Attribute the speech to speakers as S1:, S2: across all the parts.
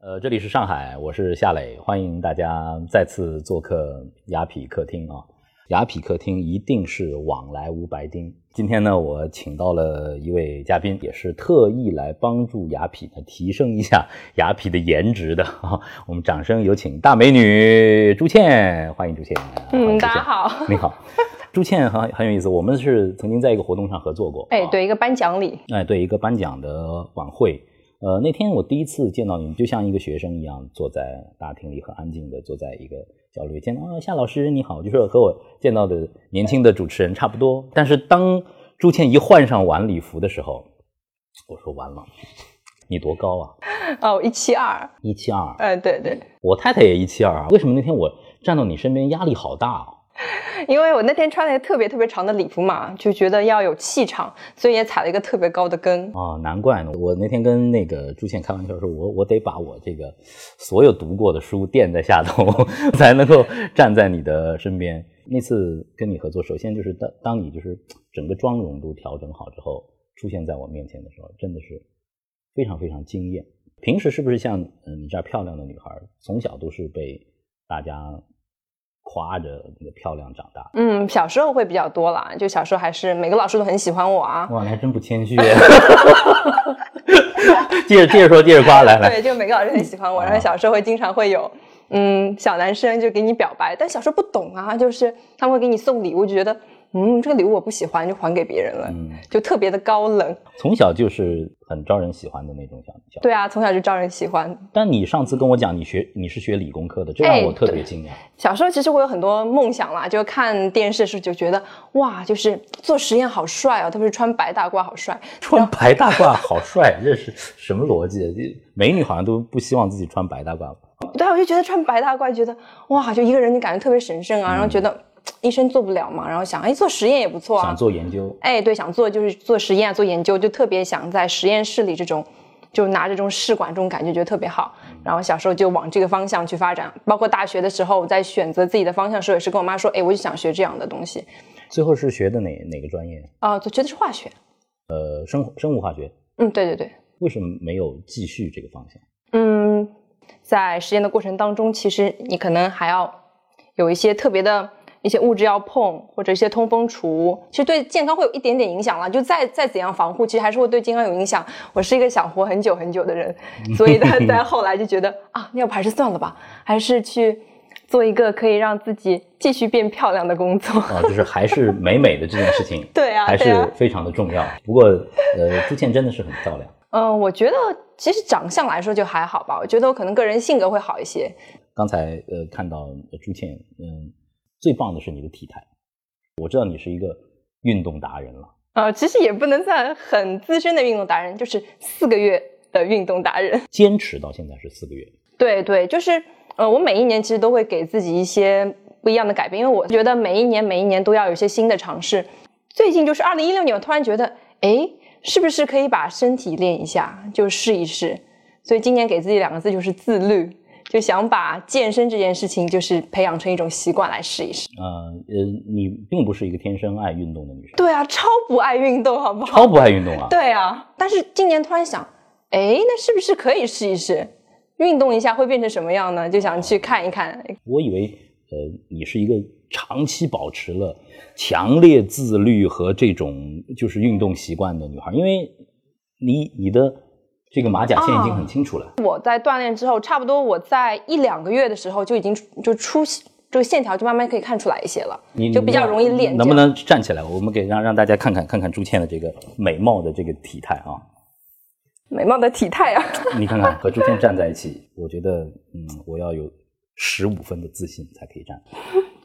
S1: 呃，这里是上海，我是夏磊，欢迎大家再次做客雅痞客厅啊。雅痞客厅一定是往来无白丁。今天呢，我请到了一位嘉宾，也是特意来帮助雅痞呢提升一下雅痞的颜值的啊。我们掌声有请大美女朱倩，欢迎朱倩。欢迎
S2: 嗯，
S1: 朱
S2: 大家
S1: 倩。
S2: 好。
S1: 你好，朱倩很很有意思，我们是曾经在一个活动上合作过。
S2: 哎
S1: 啊，
S2: 对，一个颁奖礼，
S1: 哎，对一个颁奖的晚会。呃，那天我第一次见到你，就像一个学生一样，坐在大厅里很安静的坐在一个角落里，见到啊夏老师你好，就是和我见到的年轻的主持人差不多。但是当朱倩一换上晚礼服的时候，我说完了，你多高啊？
S2: 哦，一七二，
S1: 一七二，
S2: 哎，对对，
S1: 我太太也一七二啊。为什么那天我站到你身边压力好大啊？
S2: 因为我那天穿了一个特别特别长的礼服嘛，就觉得要有气场，所以也踩了一个特别高的跟。
S1: 哦，难怪呢！我那天跟那个朱倩开玩笑说，我我得把我这个所有读过的书垫在下头， 才能够站在你的身边。那次跟你合作，首先就是当当你就是整个妆容都调整好之后，出现在我面前的时候，真的是非常非常惊艳。平时是不是像嗯你这样漂亮的女孩，从小都是被大家夸着那个漂亮长大的？
S2: 嗯，小时候会比较多啦，就小时候还是每个老师都很喜欢我啊。
S1: 哇，你还真不谦 虚。接着接着说，接着夸，来来。
S2: 对，就每个老师很喜欢我，然
S1: 啊
S2: 后小时候会经常会有，嗯，小男生就给你表白，但小时候不懂啊，就是他们会给你送礼物，就觉得，嗯，这个礼物我不喜欢，就还给别人了，
S1: 嗯，
S2: 就特别的高冷。
S1: 从小就是很招人喜欢的那种小小。。
S2: 对啊，从小就招人喜欢，
S1: 但你上次跟我讲，你学你是学理工科的，这让
S2: 哎
S1: 我特别惊讶。
S2: 小时候其实我有很多梦想啦，就看电视时就觉得哇，就是做实验好帅啊，特别是穿白大褂好帅。
S1: 穿白大褂好帅，这是什么逻辑？啊这美女好像都不希望自己穿白大褂。
S2: 对啊，我就觉得穿白大褂觉得哇，就一个人就感觉特别神圣
S1: 嗯
S2: 啊，然后觉得嘖医生做不了嘛，然后想哎做实验也不错
S1: 想
S2: 啊，
S1: 做研究，
S2: 哎对，想做就是做实验啊，做研究就特别想在实验室里这种。就拿这种试管这种感觉觉得特别好，然后小时候就往这个方向去发展，包括大学的时候，我在选择自己的方向的时候，也是跟我妈说，哎，我就想学这样的东西，
S1: 最后是学的哪哪个专业？
S2: 啊、就觉得是化学，
S1: 呃，生生物化学。
S2: 嗯，对对对，
S1: 为什么没有继续这个方向？
S2: 嗯，在实验的过程当中，其实你可能还要有一些特别的一些物质要碰，或者一些通风除，其实对健康会有一点点影响啦。就再再怎样防护，其实还是会对健康有影响。我是一个想活很久很久的人，所 以在在后来就觉得啊，要不还是算了吧，还是去做一个可以让自己继续变漂亮的工作。，
S1: 啊，就是还是美美的这件事情
S2: 对 啊，
S1: 还
S2: 对啊
S1: 是非常的重要。不过，呃，朱倩真的是很漂亮。
S2: 嗯，我觉得其实长相来说就还好吧，我觉得我可能个人性格会好一些。
S1: 刚才呃看到呃朱倩，嗯，最棒的是你的体态，我知道你是一个运动达人了。
S2: 呃，其实也不能算很资深的运动达人，就是四个月的运动达人。
S1: 坚持到现在是四个月，
S2: 对对，就是呃，我每一年其实都会给自己一些不一样的改变，因为我觉得每一年每一年都要有一些新的尝试。最近就是二零一六年，我突然觉得，哎，是不是可以把身体练一下，就试一试？所以今年给自己两个字就是自律，就想把健身这件事情就是培养成一种习惯来试一试。
S1: 呃呃，你并不是一个天生爱运动的女生，
S2: 对啊，超不爱运动，好不好？
S1: 超不爱运动啊。
S2: 对啊，但是今年突然想，哎，那是不是可以试一试，运动一下会变成什么样呢？就想去看一看。
S1: 我以为呃你是一个长期保持了强烈自律和这种就是运动习惯的女孩，因为你你的这个马甲线已经很清楚了。
S2: 我在锻炼之后，差不多我在一两个月的时候就已经出就出这个线条就慢慢可以看出来一些了，
S1: 你
S2: 就比较容易练。
S1: 能不？能站起来？我们给让让大家看看看看朱倩的这个美貌的这个体态啊。
S2: 美貌的体态啊！
S1: 你看看和朱倩站在一起，我觉得，嗯，我要有十五分的自信才可以站。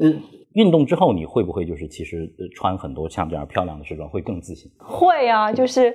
S1: 呃，运动之后你会不会就是其实呃穿很多像这样漂亮的时装会更自信？
S2: 会啊，就是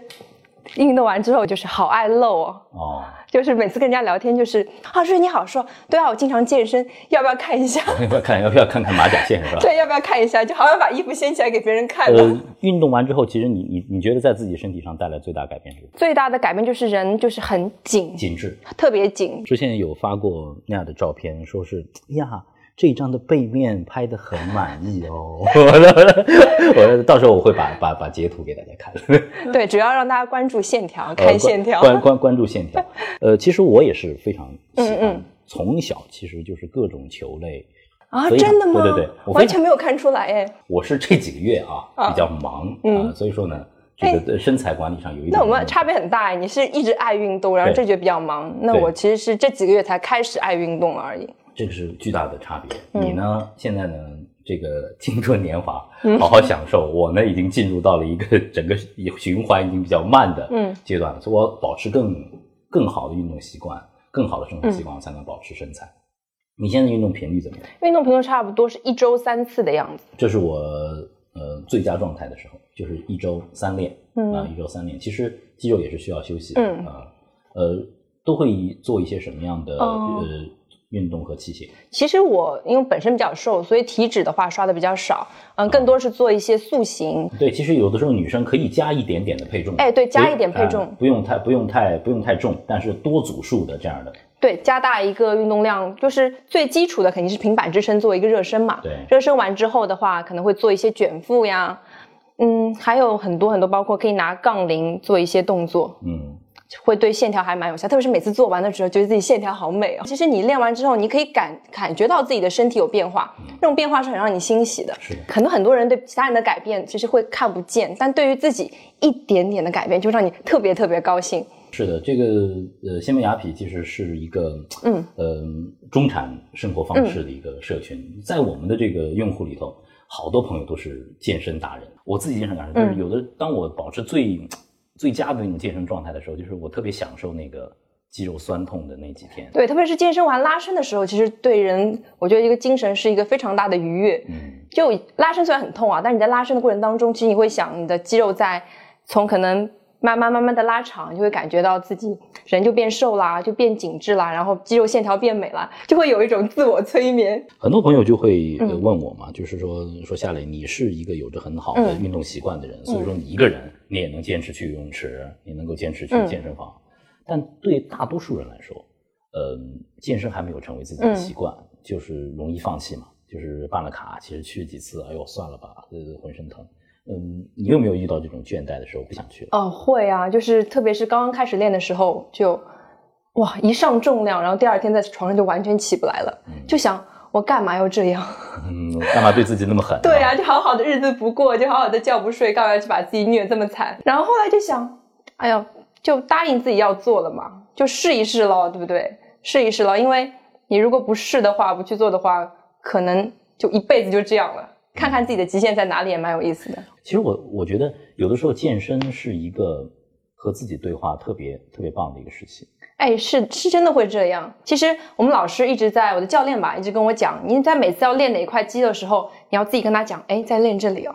S2: 运动完之后就是好爱露哦。
S1: 哦，
S2: 就是每次跟人家聊天，就是啊，瑞你好说，对啊，我经常健身，要不要看一下？
S1: 要不要看要不要看看马甲线是吧？
S2: 对，要不要看一下？就好像把衣服掀起来给别人看了。
S1: 呃，运动完之后，其实你你你觉得在自己身体上带来最大改变是什么
S2: 最大的改变就是人就是很紧，
S1: 紧致。
S2: 特别紧。
S1: 之前有发过那样的照片，说是哎呀。这一张的背面拍的很满意哦， 我我到时候我会把把把截图给大家看。
S2: 嗯对，主要让大家关注线条，
S1: 呃
S2: 看线条。
S1: 关关关关注线条。呃，其实我也是非常喜
S2: 嗯
S1: 欢，
S2: 嗯
S1: 从小其实就是各种球类。
S2: 啊，
S1: 非常
S2: 真的吗？
S1: 对对对我非
S2: 完
S1: 常
S2: 全没有看出来哎。
S1: 我是这几个月
S2: 啊
S1: 啊比较忙啊、
S2: 嗯哎
S1: 所以说呢，这个身材管理上有一点。
S2: 那我们差别很大哎，你是一直爱运动，然后
S1: 对
S2: 这觉得比较忙。那
S1: 对
S2: 我其实是这几个月才开始爱运动而已。
S1: 这个是巨大的差别。
S2: 嗯
S1: 你呢，现在呢，这个 青春年华，
S2: 嗯
S1: 好好享受。我呢，已经进入到了一个 整个循环已经比较慢
S2: 嗯
S1: 的阶段了，所以我要保持更更好的运动习惯，更好的
S2: 嗯
S1: 生活习惯，我才能保持身材。你现在运动频率怎么样？
S2: 运动频率差不多是一周三次的样子。
S1: 这是我呃最佳状态的时候，就是一周三练，
S2: 嗯
S1: 啊、一周三练。其实肌肉也是需要休息的，
S2: 嗯
S1: 啊、呃，都会做一些什么样的、
S2: 哦
S1: 呃运动和器械？
S2: 其实我因为本身比较瘦，所以体脂的话刷的比较少，
S1: 啊
S2: 嗯，更多是做一些塑形。
S1: 对，其实有的时候女生可以加一点点的配重，
S2: 哎对加
S1: 不用
S2: 一点配重
S1: 哎不用太不用太不用太重，但是多组数的这样的，
S2: 对，加大一个运动量，就是最基础的肯定是平板支撑做一个热身嘛。
S1: 对
S2: 热身完之后的话，可能会做一些卷腹呀，嗯，还有很多很多，包括可以拿杠铃做一些动作，
S1: 嗯，
S2: 会对线条还蛮有效。特别是每次做完的时候，觉得自己线条好美啊、其实你练完之后，你可以感感觉到自己的身体有变化，那种变化是很让你欣喜的。
S1: 是的，
S2: 可能很多人对其他人的改变其实会看不见，但对于自己一点点的改变，就让你特别特别高兴。
S1: 是的，这个呃，仙贝雅痞其实是一个
S2: 嗯
S1: 呃中产生活方式的一个社群，在我们的这个用户里头，好多朋友都是健身达人。我自己健身达人，就是
S2: 嗯
S1: 有的当我保持最、最佳的那种健身状态的时候，就是我特别享受那个肌肉酸痛的那几天。
S2: 对，特别是健身完拉伸的时候，其实对人，我觉得一个精神是一个非常大的愉悦。
S1: 嗯，
S2: 就拉伸虽然很痛啊，但你在拉伸的过程当中，其实你会想你的肌肉在从可能慢慢慢慢的拉长，你就会感觉到自己人就变瘦啦，就变紧致啦，然后肌肉线条变美啦，就会有一种自我催眠。
S1: 很多朋友就会呃
S2: 嗯
S1: 问我嘛，就是说说夏磊，你是一个有着很好的
S2: 嗯
S1: 运动习惯的人，所以说你一个人你也能坚持去游泳池，你能够坚持去
S2: 嗯
S1: 健身房。但对大多数人来说，嗯、健身还没有成为自己的习
S2: 嗯
S1: 惯，就是容易放弃嘛，就是办了卡，其实去几次，哎呦算了吧，呃浑身疼。嗯，你有没有遇到这种倦怠的时候不想去了？
S2: 哦，会啊，就是特别是刚刚开始练的时候，就哇一上重量，然后第二天在床上就完全起不来了，
S1: 嗯
S2: 就想我干嘛要这样？
S1: 嗯，干嘛对自己那么狠、
S2: 对啊，，就好好的日子不过，就好好的觉不睡，干嘛要去把自己虐这么惨？然后后来就想，哎呀，就答应自己要做了嘛，就试一试咯，对不对？试一试咯，因为你如果不试的话，不去做的话，可能就一辈子就这样了。看看自己的极限在哪里也蛮有意思的。
S1: 其实我我觉得有的时候健身是一个和自己对话特别特别棒的一个事情。
S2: 哎，是是真的会这样。其实我们老师一直在我的教练吧，一直跟我讲，你在每次要练哪一块肌的时候，你要自己跟他讲，哎，在练这里哦，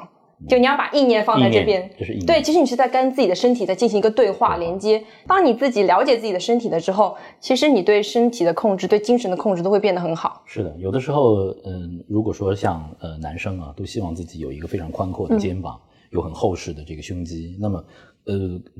S2: 就你要把意念放在这
S1: 意念
S2: 边。
S1: 这是意念
S2: 对，其实你是在跟自己的身体在进行一个对
S1: 对
S2: 话
S1: 话
S2: 连接。当你自己了解自己的身体了之后，其实你对身体的控制、对精神的控制都会变得很好。
S1: 是的，有的时候，嗯，如果说像呃男生啊，都希望自己有一个非常宽
S2: 嗯
S1: 阔的肩膀，有很厚实的这个胸肌，那么，呃，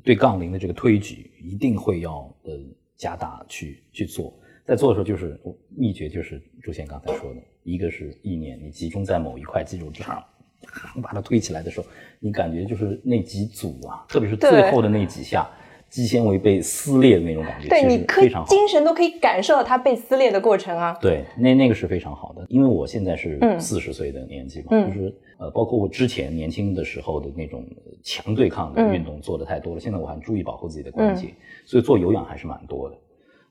S1: 对杠铃的这个推举一定会要呃加大去去做。在做的时候，就是秘诀就是朱宪刚才说的，一个是意念，你集中在某一块肌肉之上， 把它推起来的时候，你感觉就是那几组啊，特别是
S2: 对
S1: 最后的那几下，肌纤维被撕裂的那种感觉，
S2: 对，
S1: 其
S2: 你
S1: 实
S2: 可
S1: 非
S2: 以
S1: 常好。
S2: 精神都可以感受到它被撕裂的过程啊。
S1: 对，那那个是非常好的，因为我现在是
S2: 嗯
S1: 四十岁的年纪嘛，
S2: 嗯
S1: 就是呃，包括我之前年轻的时候的那种呃强对抗的
S2: 嗯
S1: 运动做的太多了，现在我还注意保护自己的关节，所以做有氧还是蛮多的。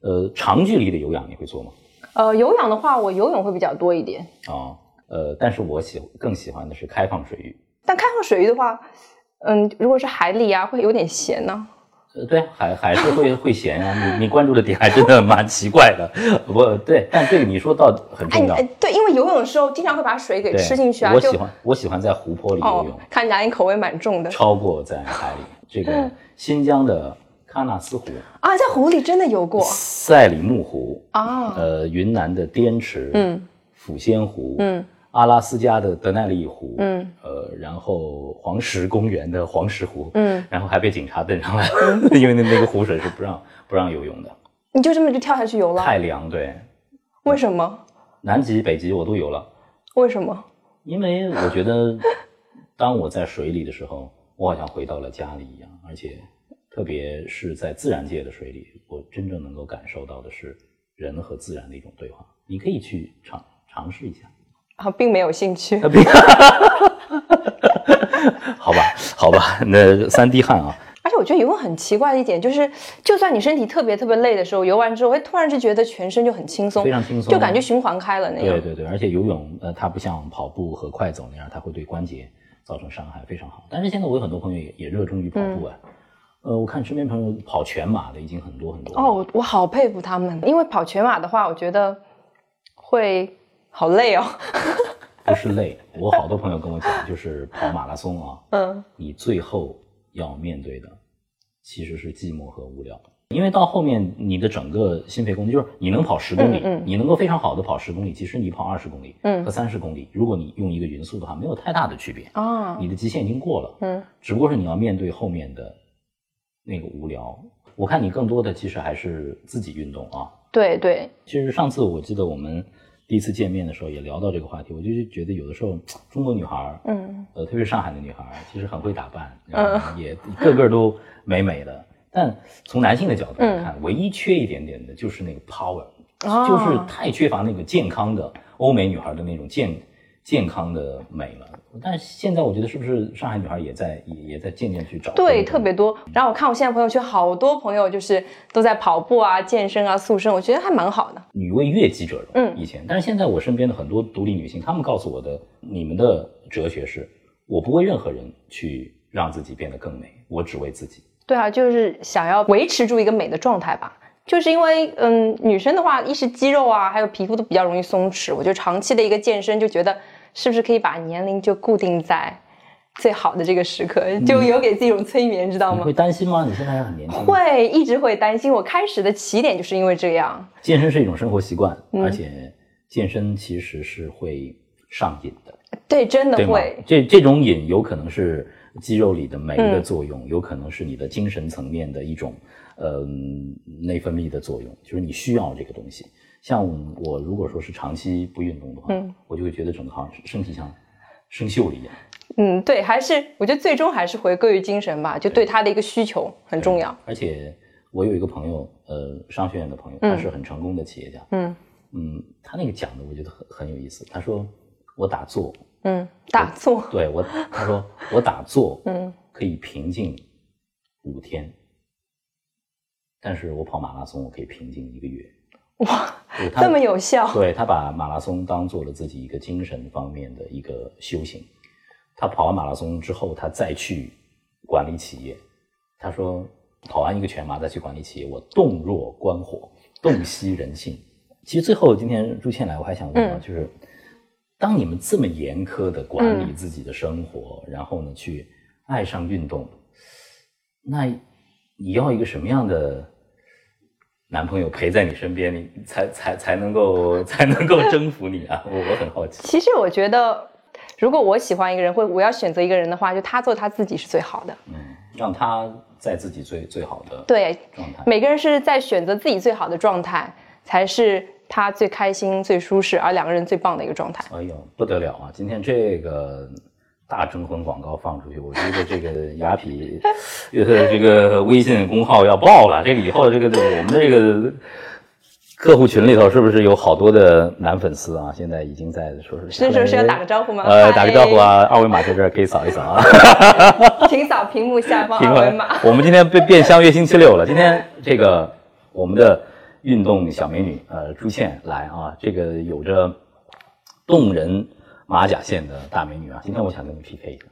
S1: 呃，长距离的有氧你会做吗？
S2: 呃，有氧的话，我游泳会比较多一点，
S1: 啊、呃，但是我喜更喜欢的是开放水域。
S2: 但开放水域的话，嗯，如果是海里啊，会有点咸呢、
S1: 呃，对啊，还还是会会闲啊，你你关注的点还真的蛮奇怪的，不对，但这个你说到很
S2: 哎，
S1: 重
S2: 你
S1: 要，
S2: 哎，对，因为游泳的时候经常会把水给
S1: 对，
S2: 吃进去啊，
S1: 我
S2: 就
S1: 喜欢我喜欢在湖泊里游
S2: 哦
S1: 泳，，
S2: 看起来你口味蛮重的
S1: 超过在海 里。这个新疆的喀纳斯湖、
S2: 啊，在湖里真的游过
S1: 赛里木湖，
S2: 啊，
S1: 呃，云南的滇池，
S2: 嗯，
S1: 抚仙湖，
S2: 嗯，
S1: 阿拉斯加的德奈利湖，
S2: 嗯，
S1: 呃，然后黄石公园的黄石湖，
S2: 嗯，
S1: 然后还被警察瞪上来了， 因为那那个湖水是不让不让游泳的，
S2: 你就这么就跳下去游了？
S1: 太凉。对，
S2: 为什么？
S1: 南极、北极我都游了，
S2: 为什么？
S1: 因为我觉得当我在水里的时候，我好像回到了家里一样，而且特别是在自然界的水里，我真正能够感受到的是人和自然的一种对话。你可以去尝尝试一下。
S2: 啊，并没有兴趣。
S1: 好吧，好吧，那三滴汗 啊，
S2: 而且我觉得游泳很奇怪的一点就是，就算你身体特别特别累的时候，游完之后，哎，突然就觉得全身就很轻松
S1: 非，常轻松，啊
S2: 就感觉循环开了那样。
S1: 对对对，而且游泳，呃，它不像跑步和快走那样，它会对关节造成伤害，非常好。但是现在我有很多朋友也也热衷于跑步
S2: 嗯
S1: 啊，呃，我看身边朋友跑全马的已经很多很多了
S2: 哦，，我我好佩服他们，因为跑全马的话，我觉得会好累哦。
S1: 不是累。我好多朋友跟我讲，就是跑马拉松啊，
S2: 嗯，
S1: 你最后要面对的其实是寂寞和无聊。因为到后面你的整个心肺功能，就是你能跑十公里，
S2: 嗯嗯
S1: 你能够非常好的跑十公里，其实你跑二十公里，
S2: 嗯
S1: 和三十公里，如果你用一个匀速的话，没有太大的区别，
S2: 啊，
S1: 你的极限已经过了，
S2: 嗯，
S1: 只不过是你要面对后面的那个无聊。我看你更多的其实还是自己运动啊。
S2: 对对，
S1: 其实上次我记得我们第一次见面的时候也聊到这个话题，我就觉得有的时候中国女孩儿，
S2: 嗯，
S1: 呃，特别是上海的女孩儿，其实很会打扮，然后也个个都美美的。但从男性的角度来
S2: 嗯
S1: 看，唯一缺一点点的就是那个 power，、
S2: 啊
S1: 就是太缺乏那个健康的欧美女孩的那种健健康的美了。但是现在我觉得是不是上海女孩也在也也在渐渐去找回
S2: 对，
S1: 这种
S2: 特别多。然后我看我现在朋友圈好多朋友就是都在跑步啊、健身啊、塑身，我觉得还蛮好的。
S1: 女为悦己者容，
S2: 嗯
S1: 以前，但是现在我身边的很多独立女性，她们告诉我的，你们的哲学是，我不为任何人去让自己变得更美，我只为自己。
S2: 对啊，就是想要维持住一个美的状态吧。就是因为，嗯，女生的话，一是肌肉啊，还有皮肤都比较容易松弛。我觉得长期的一个健身，就觉得是不是可以把年龄就固定在最好的这个时刻，
S1: 嗯
S2: 就有给自己一种催眠，知道
S1: 你
S2: 吗
S1: 会？担心吗？你现在还很年轻，
S2: 会一直会担心。我开始的起点就是因为这样，
S1: 健身是一种生活习惯，
S2: 嗯
S1: 而且健身其实是会上瘾的，
S2: 对，嗯真的
S1: 对吗
S2: 会，？
S1: 这这种瘾有可能是肌肉里的酶的作用，有可能是你的精神层面的一种，呃，内分泌的作用，就是你需要这个东西。像我如果说是长期不运动的话，
S2: 嗯
S1: 我就会觉得整个好像身体像生锈了一样。
S2: 嗯，对，还是我觉得最终还是回归于精神吧，就对他的一个需求很重要。
S1: 而且我有一个朋友，呃，商学院的朋友，
S2: 嗯
S1: 他是很成功的企业家，
S2: 嗯
S1: 嗯，他那个讲的我觉得很很有意思。他说我打坐，
S2: 嗯，打坐，
S1: 对我，他说我打坐，
S2: 嗯，
S1: 可以平静五天，但是我跑马拉松，我可以平静一个月。
S2: 哇，
S1: 对他
S2: 这么有效，
S1: 对他把马拉松当做了自己一个精神方面的一个修行。他跑完马拉松之后，他再去管理企业。他说，跑完一个全马再去管理企业，我洞若观火，洞悉人性。其实最后今天朱倩来，我还想问啊，
S2: 嗯
S1: 就是当你们这么严苛的管理自己的生活，然后呢去爱上运动，那你要一个什么样的男朋友陪在你身边，你才才才能够 才能够征服你啊？我我很好奇。
S2: 其实我觉得，如果我喜欢一个人，或者我要选择一个人的话，就他做他自己是最好的。
S1: 嗯，让他在自己最最好的
S2: 对，
S1: 状态。
S2: 每个人是在选择自己最好的状态，才是他最开心、最舒适，而两个人最棒的一个状态。
S1: 哎呦，不得了啊！今天这个大征婚广告放出去，我觉得这 个雅痞，呃，这个微信公号要爆了。这个以后这个这个我们这个客户群里头是不是有好多的男粉丝啊？现在已经在说是哎
S2: 是是是要打个招呼吗？
S1: 呃，打个招呼
S2: 嗨！
S1: 啊，二维码在这儿可以扫一扫啊。
S2: 请扫屏幕 下方
S1: 评
S2: 二
S1: 论
S2: 维码。
S1: 我们今天被变相约星期六了。今 天这个我们的运动小美女呃朱倩来啊，这个有着动人马甲线的大美女啊，今天我想跟你 PK 一下。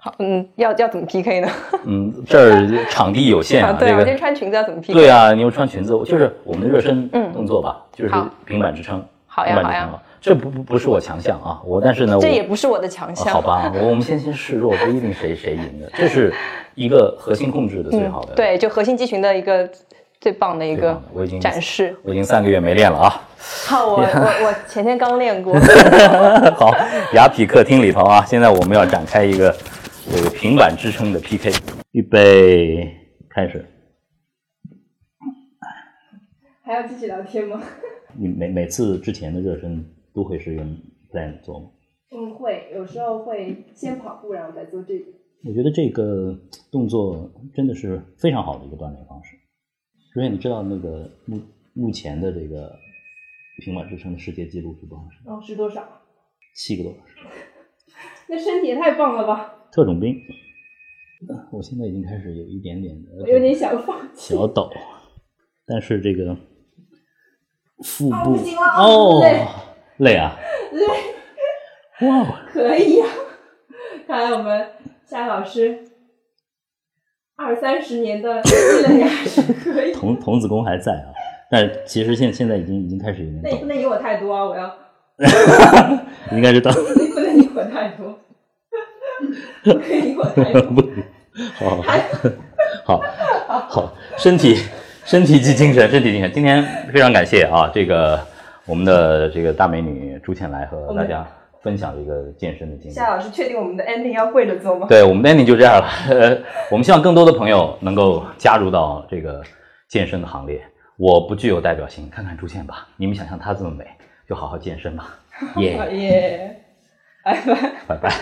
S2: 好，嗯，要要怎么 PK 呢？
S1: 嗯，这儿场地有限啊，
S2: 对，我
S1: 这
S2: 今天
S1: 个
S2: 穿裙子要怎么 PK？
S1: 对啊，你又穿裙子，就是我们的热身
S2: 嗯
S1: 动作吧，就是
S2: 好
S1: 平板支撑，
S2: 好呀
S1: 平板
S2: 好
S1: 支
S2: 呀
S1: 撑啊。这不不不是我强项啊，我但是呢， 我
S2: 这也不是我的强
S1: 啊
S2: 项。
S1: 好吧，我我们先先示弱，不一定谁谁赢的，这是一个核心控制的最好的、
S2: 嗯对，就核心肌群的一个最棒的一
S1: 最好
S2: 个
S1: 的我已经
S2: 展 示。
S1: 我已经三个月没练了啊。
S2: 好，我我我前天刚练过，
S1: 好，雅痞客厅里头啊，现在我们要展开一个这个平板支撑的 PK，预备开始。
S2: 还要继续聊天吗？
S1: 你每每次之前的热身都会是用 plan 做吗？
S2: 嗯，会，有时候会先跑步，然后再做这个。
S1: 我觉得这个动作真的是非常好的一个锻炼方式。首先，你知道那个目目前的这个平板支撑的世界纪录是多少时间？
S2: 然哦后是多少？
S1: 七个多小时。
S2: 那身体也太棒了吧！
S1: 特种兵，呃我现在已经开始有一点点的
S2: 我有点想放弃。
S1: 小抖，但是这个腹
S2: 啊
S1: 部
S2: 不行了啊
S1: 哦
S2: 累
S1: 累啊，哇哦，
S2: 可以呀、啊 看来我们夏老师二三十年的积累还是可以。
S1: 童童子功还在啊，但其实现现在已经已经开始有点
S2: 那你不
S1: 抖，
S2: 能赢我太多啊！我要，
S1: 应该是到
S2: 你不能赢我太多， 不可以赢我太多。
S1: 不，好好好好，身体身体及精神，身体精神。今天非常感谢啊，这个我们的这个大美女朱倩来和大家分享这个健身的经历。
S3: 夏老师，确定我们的 ending 要跪着做吗？
S1: 对，我们的 ending 就这样了。 呃，我们希望更多的朋友能够加入到这个健身的行列。我不具有代表性，看看朱倩吧，你们想象她这么美，就好好健身吧。耶、
S2: 耶，拜拜。
S1: 拜拜。